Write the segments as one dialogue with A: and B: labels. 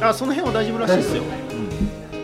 A: あその辺は大丈夫らしいですよ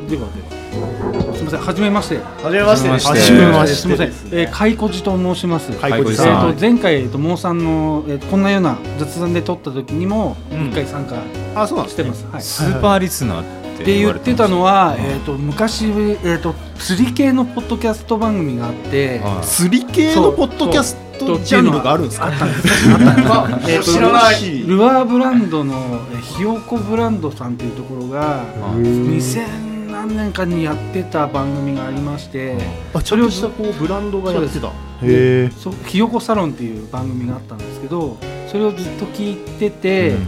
B: ではではすみません初めまして
A: はじめましてです
C: はじめま
B: すみません、えー、かいこじと申します
A: かいこじ
B: え
A: さ
C: ん
B: ー、と前回、えー、とモーさんの、えー、こんなような雑談で撮った時にも
A: ん
B: 一回参加
A: あそうなんです
B: して
A: ね
B: ます、はい
C: スーパーリスナーって
B: で
C: 言
B: 言
C: わ
B: っ
C: れ
B: て
C: ま
B: た
C: す
B: のは、えー、と昔、えー、と釣り系のポッドキャスト番組があって、
C: は
A: 釣り系のポッドキャストジャンルがあるんですか
B: えーと
A: 知らない
B: ルアーブランドのえーひよこブランドさんというところが
C: はい
B: 2000何年かにやってた番組がありまして
A: あちょっとしたこうブランドがやってた
D: へえ
B: そひよこサロンっていう番組があったんですけどそれをずっと聞いてて、
C: うん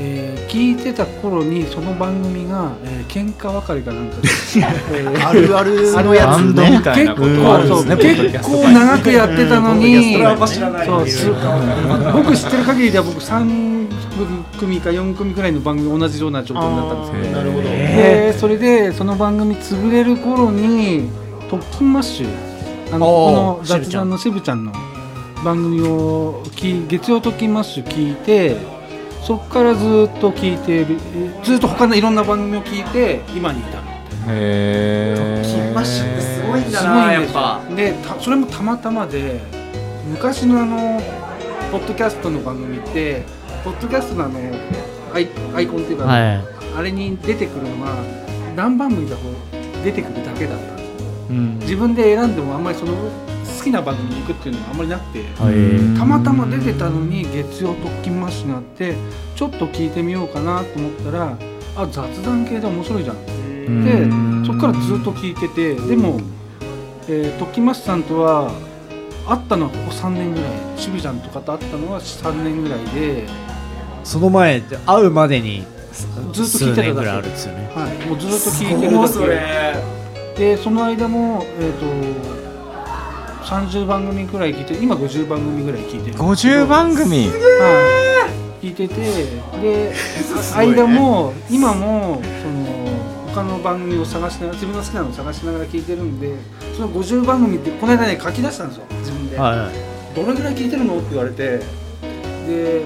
B: えー聞いてた頃にその番組が、えー喧嘩別れかなんか で、えー
A: あるあるのや
C: バ
A: つ
C: ンドみ
A: ね
C: たい
B: 結
C: なこ
B: 構
C: とあるんで
B: そ
C: すね
B: う
C: ポッドキャ
B: 結
C: スト
B: 構長くやってたのに
A: うんポッドキャストなんか知ら
D: ない
B: そうす僕知ってる限りでは僕3組か4組くらいの番組同じような状況になったんですけど
A: なるほど
B: でそれでその番組潰れる頃に「特訓マッシュ」あの
A: おー
B: この
A: しぶ
B: 雑
A: ちゃん
B: 談のしぶちゃんの番組を聞い月曜特訓マッシュ聞いてそこからずーっと聞いてるえずーっと他のいろんな番組を聞いて今に至る
C: へー
D: マッシュってすごいんだ
B: すごいんですよでたそれもたまたまで昔のあのポッドキャストの番組ってポッドキャストのあのアイアイコンっていうか、
D: はい
B: あれに出てくるのが何番組かこう出てくるだけだったんです
C: うん
B: 自分で選んでもあんまりその好きな番組に行くっていうのはあんまりなくて
D: はい
C: うん
B: たまたま出てたのに月曜特勤マッシュになってちょっと聞いてみようかなと思ったらあ雑談系で面白いじゃんで
C: うん
B: そこからずっと聞いててでも、えー、トキマスさんとは会ったのはここ3年ぐらい渋ちゃんとかと会ったのは3年ぐらいで、
D: その前会うまでに
B: ずっと聞い
D: 数年
B: てただけ
D: ぐらいあるんですよね
B: はい、もうずっと聞いてるだけでその間も、えー、と30番組ぐらい聞いて今50番組ぐらい聞いてる
C: 50番組
B: はい、聞いててで間も今もその他の番組を探しながら自分の好きなのを探しながら聞いてるんでその50番組ってこの間ね書き出したんですよ自分で、
D: はい
B: どれぐらい聞いてるのって言われてで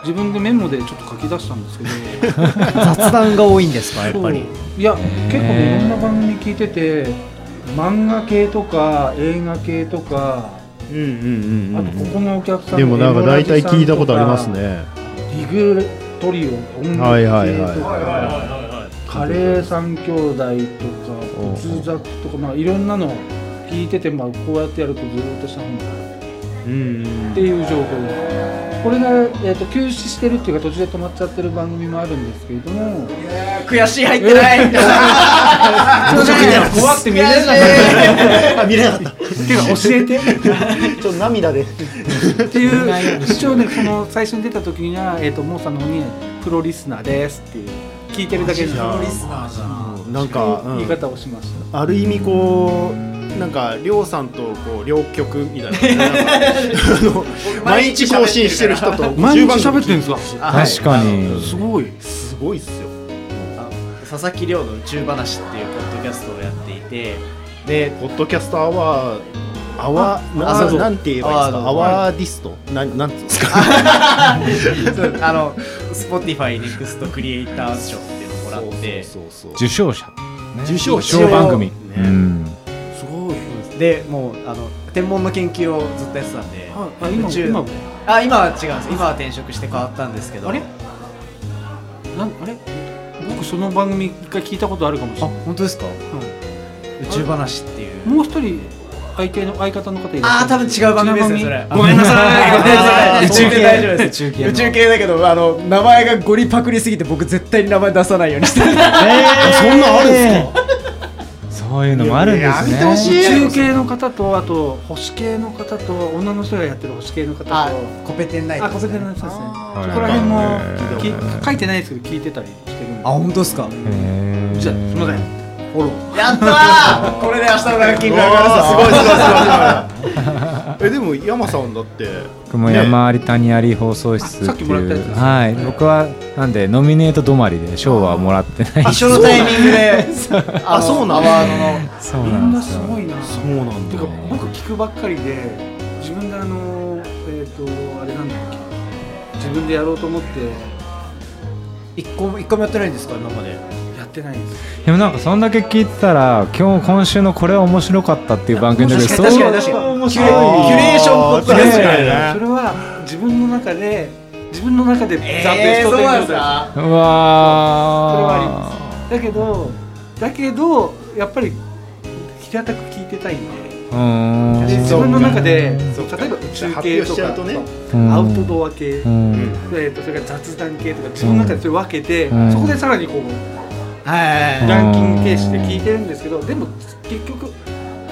B: 自分でメモでちょっと書き出したんですけど
D: 雑談が多いんですかやっぱり
B: そういや結構ねいろんな番組聞いてて漫画系とか映画系とか
D: うんうん
B: あとここのお客さん
E: でもなんか
B: エノラ
E: 大
B: ジさん
E: 体聞いたことあります
B: か
E: ね。
B: リグトリオ音楽系とか、
E: はいはいはい
B: カレー三兄弟とか
E: おうおう
B: 仏作とか、まあ、いろんなの聞いてて、まあ、こうやってやるとずーっとした本があるっていう状況ですこれが、えー、と休止してるっていうか途中で止まっちゃってる番組もあるんですけれども
F: 悔しい入ってない
B: 怖くて見れなかった
A: あ見れなかった
B: っていうか教え て
A: ちょっと涙で
B: っていう一応ねその最初に出た時には、えー、とモーさんの方に「プロリスナーです」っていう聞いてるだけの
E: なんか、
B: 言い方をしました
E: ある意味こうなんかりょうさんとこう両極みた いなあの毎日更新してる人と
B: 毎
E: 10
B: 日
E: 番
B: 喋ってるん
E: 組
B: ですか
C: 確かに
B: すごい
E: すごいっすよ。
F: 佐々木亮の宇宙話っていうポッドキャストをやっていてで
E: ポッドキャストアワーアワー
F: あそうそう
E: ななんて言えばいいですか
F: ア
E: ア
F: ワー
E: ワーディストなんなんつうんですか
F: そうあの Spotify NEXT クリエイター賞っていうのをもらって
E: そうそうそう
C: 受賞者
E: 受賞者
C: 受賞番組
E: ね
C: うん
B: すごい
F: でもうあの天文の研究をずっとやってたんで
B: ああ今
F: 宇宙
B: 今も
F: あ今は違うんです今は転職して変わったんですけど
B: あれなんあれ僕その番組一回聞いたことあるかもし
F: あ
B: れない、
F: 本当ですか宇宙話っていう
B: もう一人相手の相方の方いらっしゃ
F: あ
B: る
F: あ多分違う番組ですねそれ
B: ごめんなさい
F: ごめんなさい
B: 宇宙系
F: 大丈夫です宇宙系だけどあの名前がゴリパクリすぎて僕絶対に名前出さないようにして る
C: そんなあるんですかそういうのもあるんですね
B: 宇宙系の方とあと星系の方と女の人がやってる星系の方とあ
F: コペテンナイト
B: ここでのやつですね
C: ー
B: そこら辺も
C: はい
B: き書いてないですけど聞いてたりしてるんで
F: あ本当ですか
C: へー
B: じゃあすみませんフォロー
F: やったーこれで明日のランキング上がるぞ
E: すごいすごいすごい えでも山さんだって
C: 僕も山あり谷あり放送室っていう
B: あさっきもらったやつですね
C: はい僕はなんでノミネート止まりで賞はもらってない
F: 一緒のタイミングであ
E: あそうなの
F: アワードの
C: そう
B: み
C: なんん
B: な
C: です
B: す
C: よ
B: ごいな
E: そうなん
B: てか僕聞くばっかりで自分であのえっ、とあれなんだっけ自分でやろうと思って
D: 一個も一個もやってないんですか今まで
B: やってないんです
C: でもなんかそんだけ聞いてたら今日今週のこれ面白かったっていう番組だけど
F: 確かに確かに
C: そう
F: 確かにキュレ
E: あー
F: キュレーションっぽく
E: 確
C: ね
E: か
B: そ
E: にね
B: れは自分の中で自分の中で
F: え
B: 暫定
F: ー、そうな
B: し
F: んで
B: と
F: すか
C: うわ
B: そだけどだけどやっぱり平たく聞いてたいんで
C: ーあ
B: で自
E: そう
B: 分の中で
E: そうか
B: 例えば宇宙
E: 発
B: 系
E: 表
B: と
E: しちゃうと
B: か
E: ね
B: アウトドア系、
C: うん
E: うん
B: えーとそれから雑談系とか自分の中でそれ分けて、
C: うん
B: そこでさらにこう
D: はい
C: うん
B: ランキング形式で聞いてるんですけどでも結局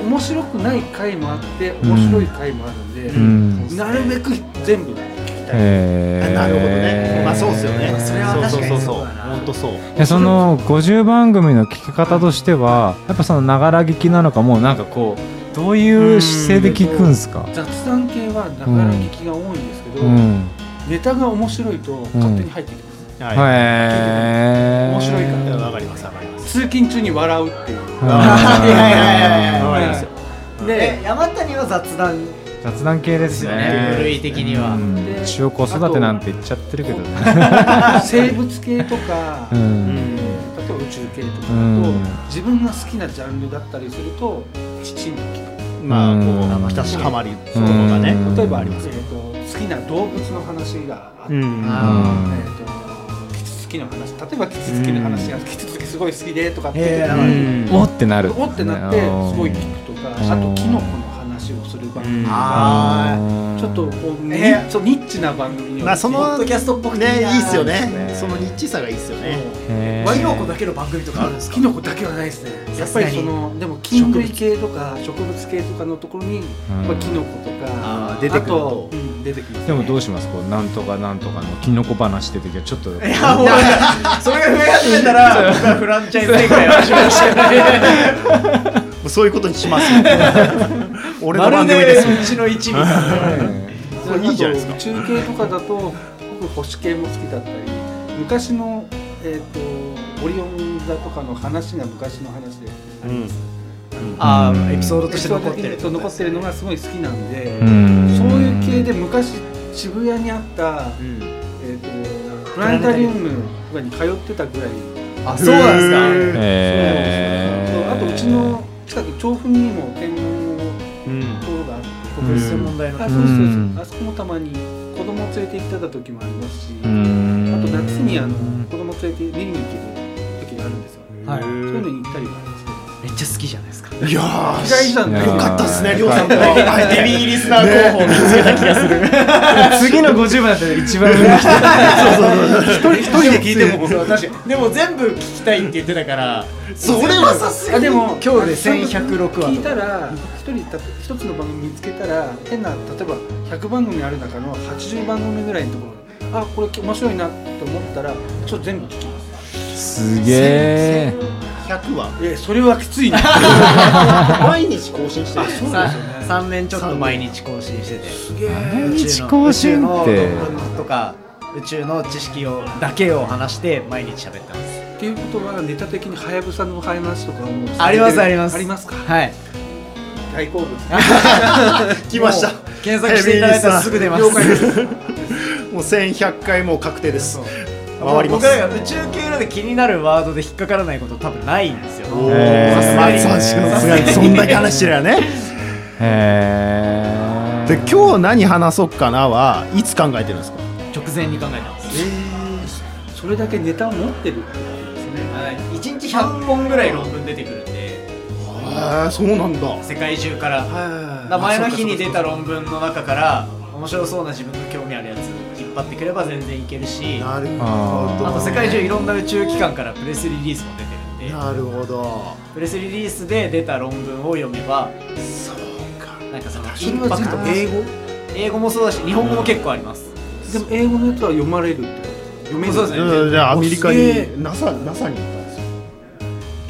B: 面白くない回もあって面白い回もあるんで、
C: うん
B: なるべく全部
C: へー
E: なるほどねまあそうっすよね
F: それは確かにそうだな
E: 本当そう
C: いやその50番組の聞き方としてはやっぱそのながら聞きなのかもうなんかこうどういう姿勢で聞くんですか
B: 雑談系はなかなか聞きが多いんですけど、
C: うん
B: ネタが面白いと勝手に入ってきます、
E: はい
C: へー
B: 面白いか
E: いや
B: ら
E: わかりますわかります
B: 通勤中に笑うっていう
C: あー
F: いやいやいやいや
E: わかりますよ
F: で
B: で
F: 山谷は雑談
C: 雑談系ですよね
F: 部類的には
C: うん一応子育てなんて言っちゃってるけどね
B: 生物系とか、
C: う
B: 例え
C: ん
B: ば宇宙系とかだと、
C: うん
B: 自分が好きなジャンルだったりするときちんと聞
E: まあこ
C: うん
E: うひたしハマりそうとかね
C: うん
B: く例えば、
C: ありま
B: えーと好きな動物の話があって、
E: うん
C: うん
B: えーとキツツキの話例えばキツツキの話がキツツキすごい好きでとかって
F: え
B: 言
F: ー
E: うん
C: おってなる
B: おってなってすごい聞くとか
C: うん
B: あとキノコの話をする番組とか
F: あ
B: ちょっとこうニ
F: えー
B: そうニッチな番組を
E: まあそ
F: ポッ
E: の
F: ドキャストっぽくて
E: ねいいっすよ
C: ね
E: ねそのニッチさがいいっすよね
C: へー
F: ワイロコだけの番組とかあるんですか
B: キノコだけはないですねや
F: さ
B: っ
F: す
B: ぱ
F: が
B: り
F: に
B: そのでも菌類系とか植物系とかのところに
C: うん
B: まあキノコとか
F: あー出てくる
B: と
F: と
B: うん出てきます
C: でもどうしますこうなんとかなんとかのキノコ話出てきてちょっ と
F: いやもうそれが増え始めた ら僕はフランチャイズ展開を始めま したね
E: もうそういうことにします 俺の番組です
F: まるうちの一味が
E: これいいじゃないですか
B: あと宇宙系とかだと僕星系も好きだったり昔のえっとオリオン座とかの話が昔の話で
E: うん
F: あーエピソードとして残ってる
B: そう残ってるのがすごい好きなんで、
C: ん
B: そういう系で昔渋谷にあった、えー、とプラネタリウムとかに通ってたぐらい、
F: あそうなんですか
E: へー
C: へー
B: そうあとうちの近く調布にも天文の
E: うん
B: ところがあって、
F: 国立天文台の
B: あそうそうそう
C: うん
B: あそこもたまに子供を連れて行ってた時もありますし、
C: う
B: あ
C: ん
B: と夏にあの子供連れて見に行ける時があるんですよ、
F: はい
B: そういうのに行ったりもありますけど
F: めっちゃ好きじゃないですか
E: いやー
B: 意外じゃん
C: いや
B: ね
C: ー
E: よかったっすね、りょうさんとは。
F: ヘビーリスナー候補を見つけた気がする
C: 次の50番だったら一番上に来て
F: 一人で聞いても そう確かにでも全部聞きたいって言ってたからそれはさすが
B: あ
F: に
B: でも
F: 今日で1106話
B: 聞い
F: と
B: た
F: から
B: 一人た一つの番組見つけたら変な例えば100番組ある中の80番組ぐらいのところあこれ面白いなと思ったらちょっと全部聞きます
C: すげえ
E: 100は
B: えそれはき ついな
E: 毎日更新してる。
F: 3年ちょっと毎日更新してて
C: 毎日更新って
F: 宇宙の動画とか宇宙の知識をだけを話して毎日喋ってます
B: っていうことはネタ的にはやぶさの話とかも
F: ありますあります
B: ありますか
F: はい
B: 大好物
E: 来ました。
F: 検索していただいたらすぐ出ます
B: 了解です
E: もう1100回もう確定です。回ります
F: 僕。らが宇宙系ので気になるワードで引っかからないこと多分ないんですよ
E: お
C: へ
E: ー
C: ー
E: さすがにさすがにそんだけ話してるよね。
C: へ
E: で今日何話そうかなはいつ考えてるんですか。
F: 直前に考えてます
B: それだけネタを持ってるってことですね
F: 1日100本ぐらい論文出てくるんで
E: へえ、そうなんだ。
F: 世界中から
B: は
F: 名前の日に出た論文の中から面白そうな自分の興味あるやつ引っ張ってくれば全然いけるしあ
E: なる
C: あ
E: ほ
F: と
E: ど。
F: 世界中いろんな宇宙機関からプレスリリースも出てるんで
E: なるほど。
F: プレスリリースで出た論文を読めば
E: そうか。
F: なんかその
B: そ
F: イ
B: れ
F: ン
B: は
F: パク
B: 全
F: ト
B: 部
F: が
B: 英語
F: 英語もそうだし日本語も結構あります、
B: でも英語のやつは読まれるってこと読める
F: そうですね
E: じゃあアメリカ
B: おすげえ
E: に NASA NASA に行ったんですよ。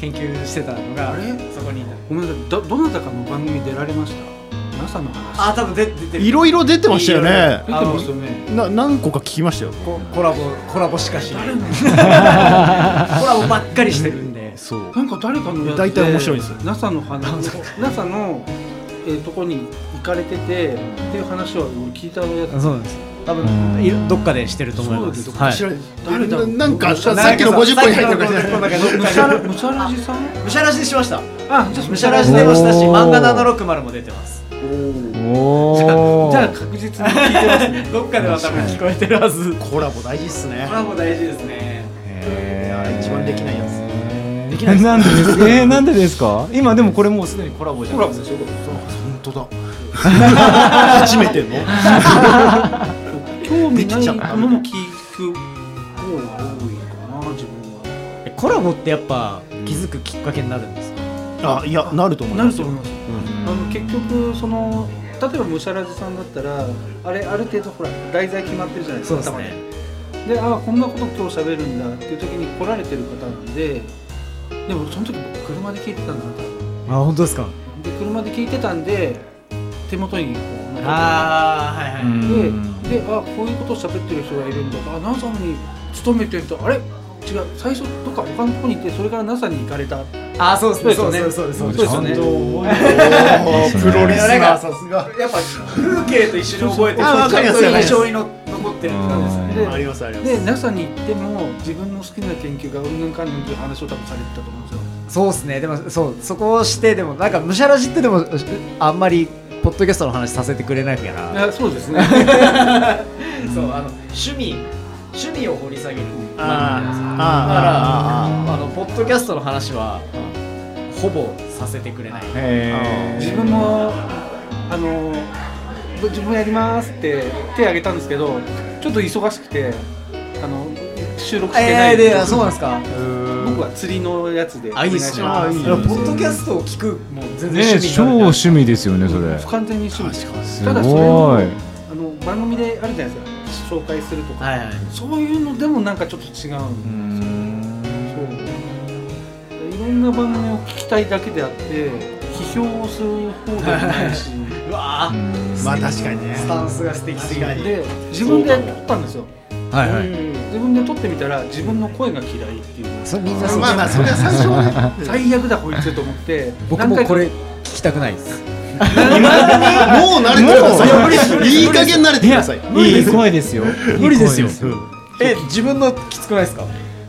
F: 研究してたのが
B: あれ
F: そこにいた
B: ごめんなさいどどなたかの番組出られました NASA の話
F: あ多分出出てる
E: いろいろ出てましたよ
F: いろい
E: ね。
B: 出てましたよ ね
E: な何個か聞きましたよ。
F: ココラボコラボしかしないコラボばっかりしてるんで
E: そう。
B: なんか誰かのやつで
E: 大体面白いんですよ
B: NASA の話 NASA のえーとこに行かれててっていう話は俺聞いたや つ
C: そうです
F: 多
C: うん
F: 分いるどっかでしてると思います
B: そうです
F: はい
E: 知らない
B: 誰だろう
E: ななんかさ
F: なんか
E: っきの50個に入ってるから
F: さっきの50個
B: む
F: に
B: しゃ
F: 入
B: ら
F: ってる
B: むしゃらじさん
F: むしゃらしでしました
B: あじゃあ
F: むしゃらしでもしたし漫画760も出てます
C: おお
B: じゃあ確実に聞いてますね
F: どっかでは多分聞こえてるはず
E: コラボ大事っすね
F: コラボ大事ですね
C: へー
E: 一番できないやつ
C: できないなんでですかえー、なんでですか今でもこれもうすでにコラボじゃないですか
E: 本当だ初めての
B: 興味
E: で
B: な
E: きちゃ
B: い
E: った
B: ものも聞く方が多いかな自分は
F: えコラボってやっぱ気づくきっかけになるんですか
E: あいやなると思い
B: な
E: ま
B: る
E: す
B: と
E: よ
B: 思いますあの結局その例えばむしゃらじさんだったらあれある程度ほら題材決まってるじゃないですか頭でであこんなこと今日喋るんだっていう時に来られてる方なんででもその時僕車で聞いてたんだなと
F: あ本当ですか
B: で車で聞いてたんで手元にこう残って
F: ああはいはい、
C: うん
B: でであこういうことを喋ってる人がいるんだとあ NASA に勤めてるとあれ違う最初どっか他のとこに行ってそれから NASA に行かれた
F: あーそうですね
B: そ
F: そうう
B: で
F: ですす
B: ね
F: ねそうですそう
C: ちゃ
F: です
C: んと
F: そうですね
E: おープロリスナーさすが
F: やっぱ風景と一緒に覚えてる
E: あわかります
F: ちょっと印象にの残ってるんですよね
B: で
E: ありますあります
B: で NASA に行っても自分の好きな研究がうんぬんかんぬんという話を多分されてたと思うんですよ
F: そうですねでもそうそこをしてでもなんかむしゃらじってでもあんまりポッドキャストの話させてくれないか
B: い
F: ら
B: やそう ですね
F: そうあの趣味趣味を掘り下げる
E: あーあーあーあーあー
F: あのポッドキャストの話はほぼさせてくれない
C: へ
B: 自分もあの自分もやりますって手挙げたんですけどちょっと忙しくてあの収録してない
F: えー、でそうなんですか
B: 僕は釣りのやつで
F: あいいっすね
B: お願いし
F: ポッドキャストを聞くもう全然
C: ね
F: 趣味
C: 超
F: になる
C: 趣味ですよねそれ
B: ます不完全に趣味です
C: す
B: ただそれを
C: ごい
B: あの番組であるじゃないですか紹介するとか
F: はいはい
B: そういうのでもなんかちょっと違うん
C: うーん
B: そういろんな番組を聞きたいだけであって批評をする方でもないし
F: うわー
E: まあ確かにね
F: スタンスが素敵すぎる
E: 確かに
B: で自分で撮ったんですよ
F: は
B: 自分で撮ってみたら自分の声が嫌いっていう
F: そみんなそう
E: まあまあそれは最初はね
B: 最悪だこいつと思って
F: 僕もこれ
B: 何
F: 聞きたくないです
E: もう慣れてくだ
F: もういや無理
E: さいいい加減慣れて
C: い
E: く
C: や
E: ださい
C: いい声ですよ
F: 無理ですよ
C: いい声
F: え自分のきつくないですか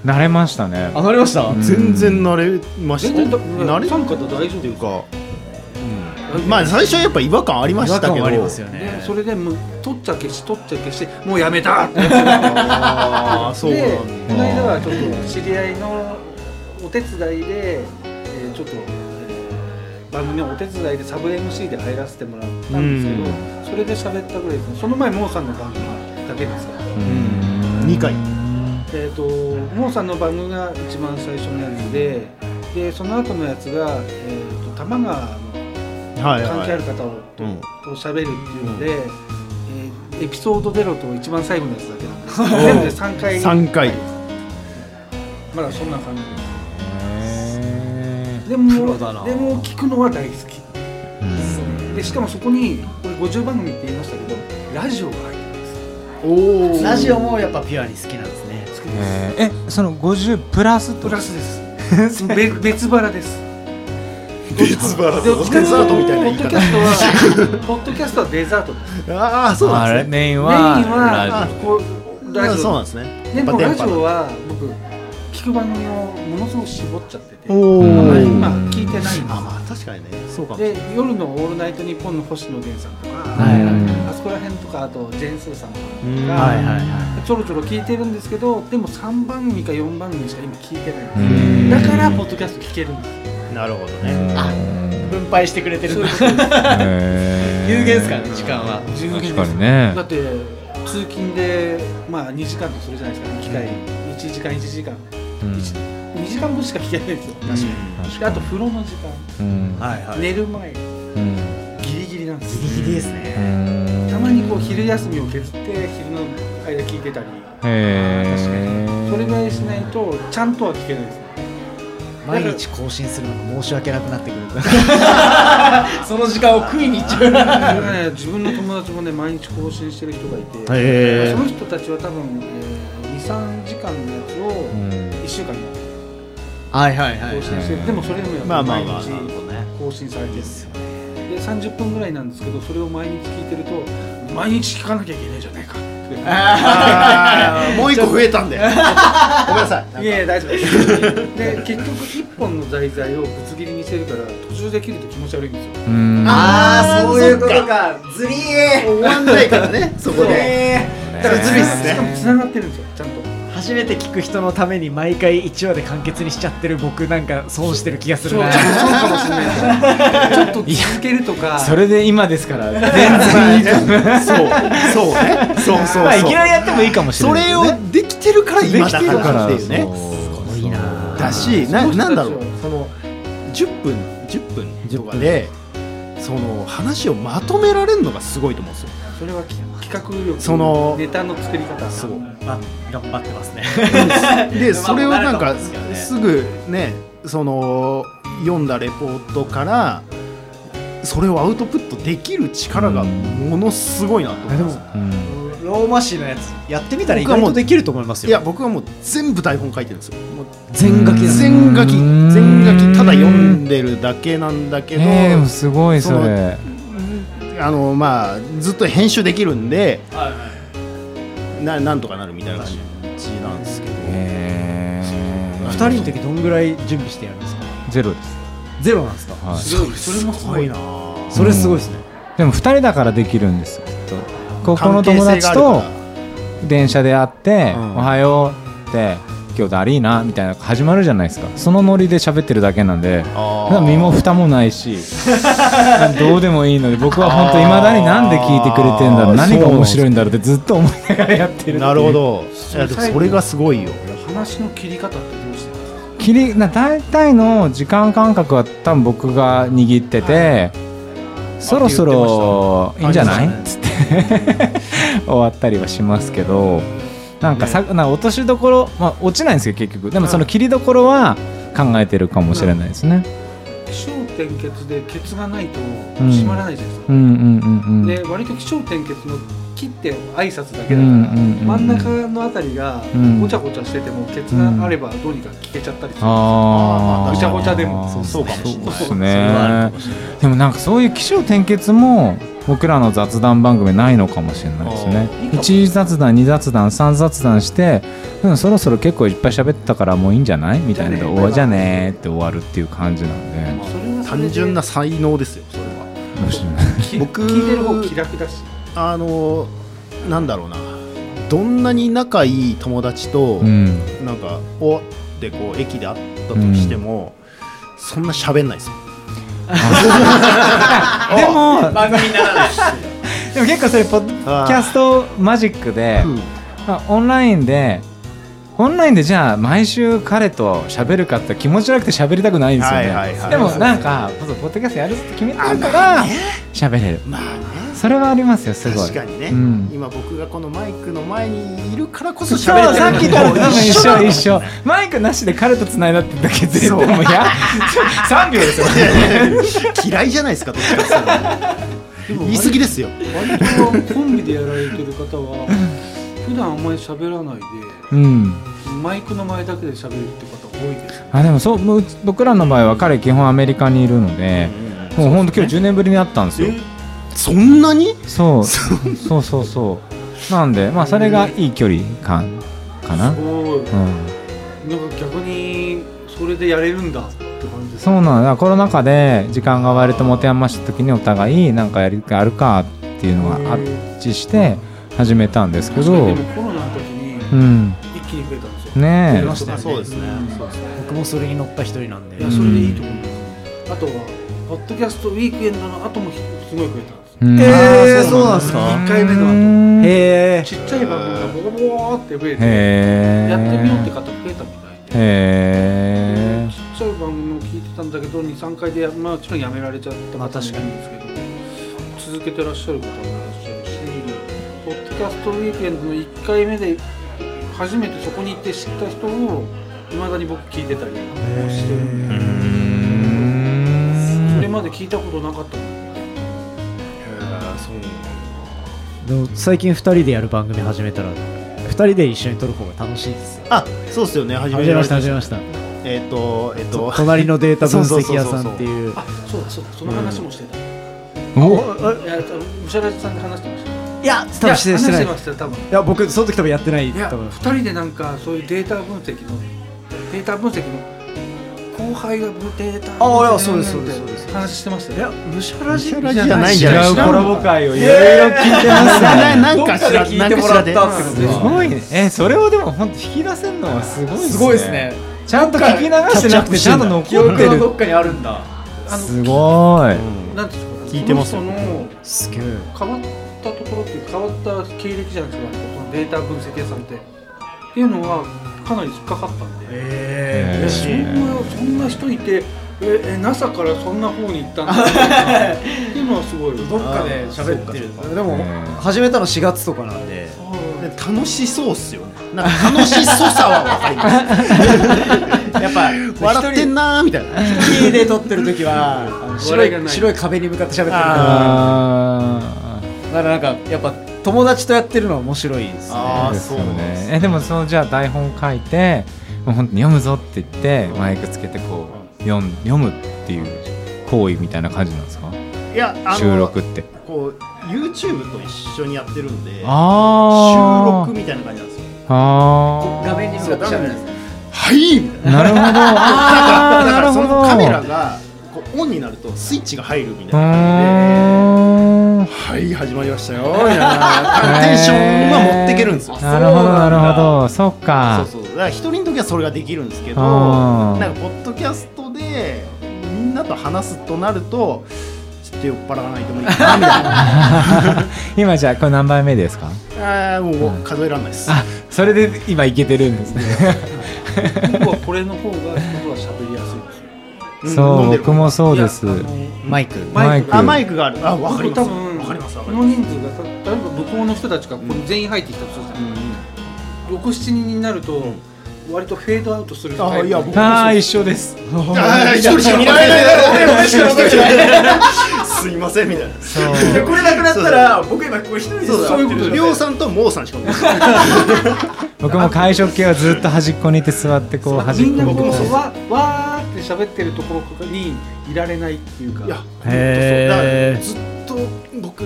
C: 慣れましたね
F: あなりました
C: うん
E: 全然慣れまし
B: 全
E: た
B: 然だ
E: 慣
B: う
E: れっ
B: ん三方大丈夫
E: ていうか
B: 夫
E: まあ最初はやっぱ違和感ありましたけ
F: 違和感
E: ど
F: はありますよ
B: で
F: ね
B: それでもう取っちゃ消し取っちゃ消しもうやめたって
E: ああそうなん
B: で
E: だ
B: この間はちょっと知り合いのお手伝いで、えーちょっと、えー番組のお手伝いでサブ MC で入らせてもらったんですけど、
E: う
B: それで喋ったぐらいですねその前モーさんの番組だけですから
E: 2回
B: えー、とモーさんの番組が一番最初のやつででその後のやつが、えー、と多摩川の
E: はい
B: 関係あ
E: は
B: る方をと
E: うん
B: と喋るっていうので、えーエピソードゼロと一番最後のやつだけなんです全部で3
E: い
B: 回
E: 3回
B: まだそんな感じです
C: へ
B: でも
F: プロだな
B: でも聞くのは大好き
C: ー
B: でしかもそこにこれ50番組って言いましたけどラジオが入ってます
E: おお
F: ラジオもやっぱピュアに好きなんですね
B: 好きです
C: えーえその50プラスと
B: プラス ですべ別腹です
E: 別腹
B: で
E: デザートみたいな言い
B: ポッドキャ
E: 方
B: ストはポッドキャストはデザートですメイ
E: ああそうな
C: あ
E: ん
C: れ
E: ですね
C: メイン
B: ン
C: は
B: はこうラジ
E: そうな
B: オ
E: んですね
B: でもラジオ
E: は
B: は僕聞く番組をものすごく絞っちゃってて
E: おお
B: あんまり今
E: あ
B: 聞いてないんです
E: まあ確かにねそうかも
B: で夜の「オールナイトニッポン」の星野源さんとか、
C: はいはいはい
B: あそこら辺とかあとジェーン・スーさんとか
E: うん
B: が、
E: はい
F: はいは
B: ちょろちょろ聞いてるんですけどでも3番組か4番組しか今聞いて
C: う
B: なんいだからポッドキャスト聞けるんです
E: なるほどね
F: い分配してくれてるんだ
C: へー
F: 有限ですからね時間は
B: 自由
C: 確かにね
B: だって通勤でまあ2時間とするじゃないですか、ね、機械1時間1時間
C: うん
B: 2時間分しか聞けないんですよ
E: 確か
C: 確
B: であと
C: か
B: 風呂の時
C: うん
F: はい
B: 間寝る前
C: うん
B: ギリギリなんです
F: ギリギリです
C: う
F: ね
C: ん
B: たまにこう昼休みを削って昼の間聞いてたり
C: へー
B: それぐらいしないとちゃんとは聞けないですね
F: 毎日更新するのが申し訳なくなってくる その時間を食いに行っちゃう
B: それがね 自分の友達もね毎日更新してる人がいて、
E: へ
B: その人たちは多分、えー、23時間のやつを
C: うん
B: 1週間に
F: はいはいは
B: 更新してる、でもそれでもやっぱ
E: まあまあ
B: 毎
E: まあ
B: 日
E: なるほどね
B: 更新されてる、でで30分ぐらいなんですけどそれを毎日聞いてると毎日聞かなきゃいけないじゃないかって
E: あーもう一個増えたんで。ごめんなさい。
B: いやいや大丈夫 ですで結局1本の題材をぶつ切りにしてるから途中で切ると気持ち悪いんですよ
C: うーん
F: ああそういうことかずりー
E: 終わんないから ね、そこで。
F: え
E: だからずるいっす
B: しかも
E: ね。
B: 繋がってるんですよちゃんと
F: 初めて聞く人のために毎回1話で完結にしちゃってる僕なんか損してる気がす
B: そ
F: る
B: う
F: な
B: かもしれないちょっと続けるとか
C: それで今ですから全
E: ま
C: 然
E: あ
C: いいと思う
E: ねそう、そうね。そうそう
C: まあいき
E: そ
C: な
E: う。
C: りやってもいいかもしれ
E: そ
C: ない
E: れ
C: よ
E: を
C: ね、
E: できてるから今だ
C: できてる
E: からっていうね。
C: そう
F: いいな
E: だし、
B: そ
E: な
B: の人たちは
E: なんだろう、その10分、10分とかで、その話をまとめられるのがすごいと思うんですよ。
B: それはき企画力
E: その
B: ネタの作り方
E: そう
F: まあ頑張ってますね
E: で、それをなん
F: まあ
E: か、
F: 慣れたもんです
E: すぐね、その読んだレポートから、それをアウトプットできる力がものすごいなと思います。
C: うん
F: ローマ市のやつやってみたら意
E: 僕は
F: 外
E: もう
F: とできると思います
E: いや、
F: よ
E: 僕はもう全部台本書いてるんですよ。もう
C: 全書きですね
E: 全書き、
C: うん
E: 全書き、ただ読んでるだけなんだけど、
C: えーでもすごいそれ
E: あのまあずっと編集できるんで、ななんとかなるみたいな感じなんですけど、
C: えー
E: 二
F: 2人の時どんぐらい準備してやるんですか
C: ゼロです、
F: ゼロなんですか
C: はい、
B: それもす
E: すご
B: ごい
E: い
B: な
E: な。
F: それすごいですね
C: でも2人だからできるんですよきっと高校の友
E: 関係
C: 達
E: 性がある
C: と
E: から
C: 電車で会って「
E: うん
C: おはよう」って「今日だりーな」みたいな始まるじゃないですかそのノリで喋ってるだけなんで
E: あー
C: 身も蓋もないしどうでもいいので僕は本当いまだになんで聞いてくれてんだろう
E: あー
C: 何が面白いんだろうってずっと思いながらやってる
E: なるほど。いやでも
B: 最後
E: それがすごいよ。
B: 話の切り方ってどうしてるんですか
C: 切りな大体の時間感覚は多分僕が握ってて、そろそろいいんじゃない、つって 終わったりはしますけどなんかさ、なんか落としどころ、まあ、落ちないんですけど結局でもその切りどころは考えてるかもしれないですね。
B: 気象転結でケツがないと
C: ん
B: 締まらないじゃないですか、
C: うんうんうんうん
B: で割と気象転結の切って挨拶だけだから、
C: うんうんうんうん
B: 真ん中のあたりが
C: うん
B: ごちゃごちゃしてても、ケツがあればどうにか聞けちゃったりする、
C: あー
B: ぐちゃぐちゃでも
C: そう
E: そうかもしれない
C: ですねでもなんかそういう起承転結も僕らの雑談番組ないのかもしれないですね
B: あー
C: 1雑談2雑談3雑談して、うん、そろそろ結構いっぱい喋ったからもういいんじゃないみたいなで
B: じ
C: 「
B: ゃあね
C: おわじゃあね」って終わるっていう感じなんで
B: それはそれで
E: 単純な才能ですよ。それは。
C: どうしようね
B: き
E: 僕
B: 聞いてる方気楽だし
E: あのなんだろうな。どんなに仲いい友達と、
C: うん
E: なんかおってこう駅で会ったとしても、そんな喋んないです よ。
C: でも
F: 番組にならない
C: でも結構それポッドキ
E: あー
C: ャストマジックで、
E: うん
C: まあ、オンラインでオンラインでじゃあ毎週彼と喋るかって気持ち悪くて喋りたくないんですよね、
E: はいはいはい
C: でもなんかポッドキャストやるぞって決めてるから喋れる
E: まあね。
C: それはありますよすごい
E: 確かにね、
C: うん
E: 今僕がこのマイクの前にいるからこそ
C: そう
E: 喋れてる
C: さっきから多分一
E: だ
C: 緒一緒マイクなしで彼とつないだってだけ絶対もうや3秒ですよ
E: 嫌いじゃないですかどっちかっていうと言い過ぎですよ
B: 割とコンビでやられてる方 は普段あんまり喋らないで
C: うん
B: マイクの前だけで喋るって方多いですね
C: あでもそうもう僕らの場合は彼基本アメリカにいるので、もう本当今日10年ぶりに会ったんですよ
E: そんなに
C: そうそうそうそうなんでまあそれがいい距離感かな、うん、
B: おーなんか逆にそれでやれるんだって感じです
C: そうなんだコロナ禍で時間が割と持て余した時にお互いなんかやるかあるかっていうのが合致して始めたんですけ
B: 確かにで
C: ど
B: もコロナの時に
C: うん
B: 一気に増えたんですよ、
C: ね
F: 出
C: え
F: ましたよね
E: そうですね
B: そうですね
F: 僕もそれに乗った一人なんで
B: いやそれでいいと思います、あとはポッドキャストウィークエンドの後もひすごい増えたんです
C: うん
F: えーそうなんですか
B: 1回目の後
F: へえ
B: ちっちゃい番組がボコボコって増えて
C: へえ
B: やってみようって方増えたみたいで
C: へえ
B: ちっちゃい番組を聞いてたんだけど23回でや、まあ、もちろんやめられちゃった
F: まあ
B: 方もい
F: 確
B: る
F: かに
B: んですけど、続けてらっしゃる方もいらっしゃるしポッドキャストウィークエンドの1回目で初めてそこに行って知った人をいまだに僕聞いてたりもしてるんでそれまで聞いたことなかったの
F: でも最近2人でやる番組始めたら2人で一緒に撮る方が楽しいですよ
E: あそうですよね始
F: 始
E: め
F: め
E: ら
F: ま
E: れ
F: した始めました
E: えっ、とえっ、と
F: 隣のデータ分析屋さんっていう
B: あそうだそうだその話もしてた、
C: お
B: いやムシャラジさんで話してました
D: いや多分して
B: いや
D: してない
B: 話してましたよ多分
D: いや僕その時多分やってない
B: いや
D: 多分
B: 2人でなんかそういうデータ分析のデータ分析の後輩がデータ分析の
D: あ俺はそうですそうですそうです
B: 話してましたよ
D: いやむしゃらじ
E: ラジじゃないんじゃない
C: 違うコラボ会をいろいろ聞いてますね
E: なんかしら
F: 聞いてもらったって
E: な
F: こ
E: んかしらで
F: と
C: すごいねえそれをでも本当引き出せるのはすごい
F: すごいですね
C: ちゃんと聞き流してなくてちゃんと残
F: 記憶
C: って
F: の
C: る
F: どっかにあるんだ
B: あの
C: すごい
B: なんていうんですか
E: 聞いてます
B: そ
E: よ
B: の人の
D: すげえ
B: 変わったところっていう変わった経歴じゃないですかそのデータ分析屋さんってっていうのはかなり引っかかったんで、
F: え
C: えー
B: そんなそんな人いてええ NASA からそんな方に行ったんだみたいなっていうのはすごい
F: どっかで喋ってるんだ
D: でも
C: うん
D: 始めたの4月とかなんで
E: 楽しそうっすよねなんか楽しそうさはわかり ます
F: やっぱ
E: 笑ってんなーみたいな
D: 家で撮ってる時はあの白
B: 笑いがない
D: い白い壁に向かって喋ってるだか
C: あー
D: らなんかやっぱ友達とやってるのは面白いですね
E: あー
C: ですよ
E: そうなんです
C: ねえでもそのじゃあ台本書いてもう本当に読むぞって言ってマイクつけてこう読ん読むっていう行為みたいな感じなんですか
E: いやあの
C: 収録って
E: こう YouTube と一緒にやってるんで収
C: ああ
E: 録みたいな感じなんですよ
C: あ
D: 画面に向かって喋るんです
E: はいみたいな
C: あなるほ どあ
E: だ
C: あな
E: か
C: る
E: らそ
C: ほ
E: の
C: ど
E: カメラがこうオンになるとスイッチが入るみたいな感
C: う
E: じで
C: ーん
E: はい始まりましたよみたいなテンションは持っていけるんですよ
C: なるほどなるほどそっか
E: そうそうだから一人の時はそれができるんですけど
C: あー
E: なんかポッドキャストでみんなと話すとなるとちょっと酔っ払わないともいいかなみたいな
C: 今じゃあこれ何番目ですか
E: あーもう数えられないです
C: あそれで今いけてるんですね
B: 僕はこれの方が人とは喋りやすいですよ
E: うん
C: そ
E: 飲ん
C: う
E: でる
C: 僕もそうです
B: いやあの
D: マイク
B: マイク
E: あマイクがあるあわかります
B: 多分
E: わかりますわ
B: こ
E: かりま
B: の人数がた例えば向こうの人たちがここに全員入ってきたとするじゃない67人になると割とフェードアウトするタイプ
E: あいや僕
C: ああ一緒です
E: すあー一人しか見られないだろう俺俺しか残ってないすいませんみたいな
F: これなくなったら僕今これ一人で
E: そういうこと
F: で
E: りょうさんともうさんしか残ってない
C: 僕も会食系はずっと端っこにいて座ってこう端っ
B: みん
C: こ
B: なこ
C: に
B: う
E: そう
B: わわーって喋ってるところにいられないっていうか
E: いや、
D: へー
E: 本当そうだからずっと僕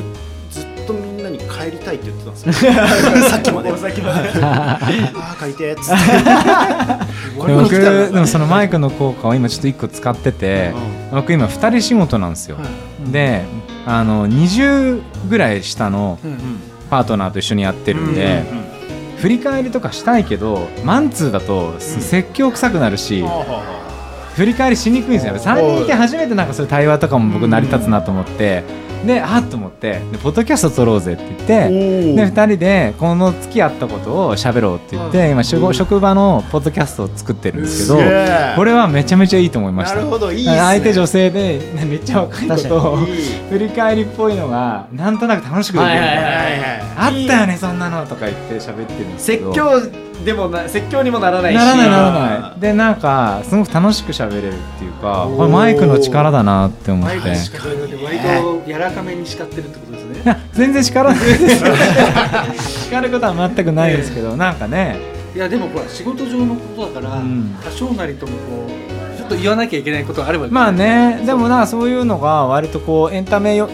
E: ずっとみんなに帰りたいって言ってたんですよ。さっきまで。さっきまで。ああ帰りてーっつって。
C: でも僕でもそ
E: の
C: のマイクの効果を今ちょっと1個使ってて僕今2人仕事なんですよ
E: は
C: であの20ぐらい下のパートナーと一緒にやってるんで振り返りとかしたいけどマンツーだと説教臭くなるし振り返りしにくいんですよ3人いて初めてなんかそういう対話とかも僕成り立つなと思ってであっと思ってでポッドキャスト撮ろうぜって言ってで2人でこの月あったことを喋ろうって言って今職職場のポッドキャストを作ってるんですけどこれはめちゃめちゃいいと思いまし
E: な
C: た
E: るほどいいっすね。
C: 相手女性でねめっちゃ若いことを振り返りっぽいのがなんとなく楽しくできる
D: はいはいはい
E: はいは
C: あったよねそんなのとか言って喋ってるんですけ
D: 説
C: ど
D: 教でもな説教にもならないし
C: ならないならないでなんかすごく楽しく喋れるっていうか
E: おー
C: これマイクの力だなって思っ
B: マイク
C: て
B: に叱るので割と柔らかめに叱ってるってことですね。
C: 全然力ないですよ 叱ることは全くないですけどなんかね
B: いやでもほら仕事上のことだから、
C: うん
B: 多少なりともこうちょっと言わなきゃいけないことがあれば
C: まあねでもなそういうのが割とこうエンタメよ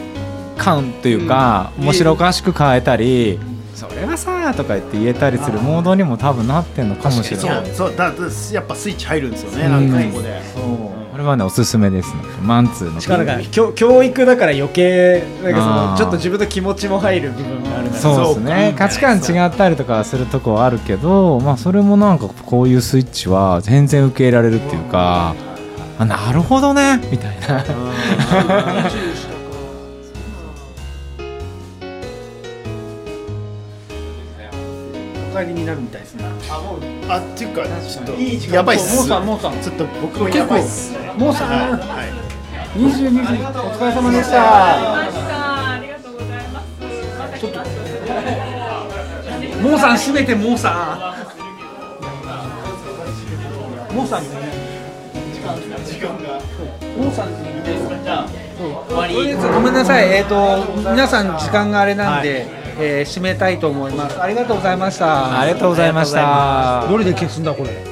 C: 感というか、
B: うん
C: 面白おかしく変えたり、それはさとか言って言えたりするモードにも多分なってんのかもし
E: い。
C: れない
E: そうそうだだやっぱスイッチ入るんですよね。なんかここで。
C: これはねおすすめですねマンツーの
D: 力が教教育だから余計なん
C: あ
D: かそ
C: ー
D: のちょっと自分の気持ちも入る部分があるから
C: そうです
E: そう
C: ね
E: か
C: 価値観違ったりとかするとこはあるけど、まあ、それもなんかこういうスイッチは全然受け入れられるっていうかあなるほどねみたいな
B: お帰りになるみたいですね。
E: あっていうかちょっと
B: いい時間
E: やばいっ
B: も
E: す。
B: う
E: ち
B: さん
E: ょ
B: もうさん
E: っと僕もやばいっす。
B: もうさん
E: はいはい。
B: 二十二時お疲れ様でし
G: あ
B: た。
G: りがとうございましたありがとうございますまた来ます
B: もうさん閉めてもうさん。もうさんもね。時間が。もうさんって言って。
F: 終わり
B: とりあえずごめんなさい、えー、と皆さん時間があれなんで、 えー締めたいと思いますありがとうございました
C: ありがとうございました
B: どれで消すんだこれ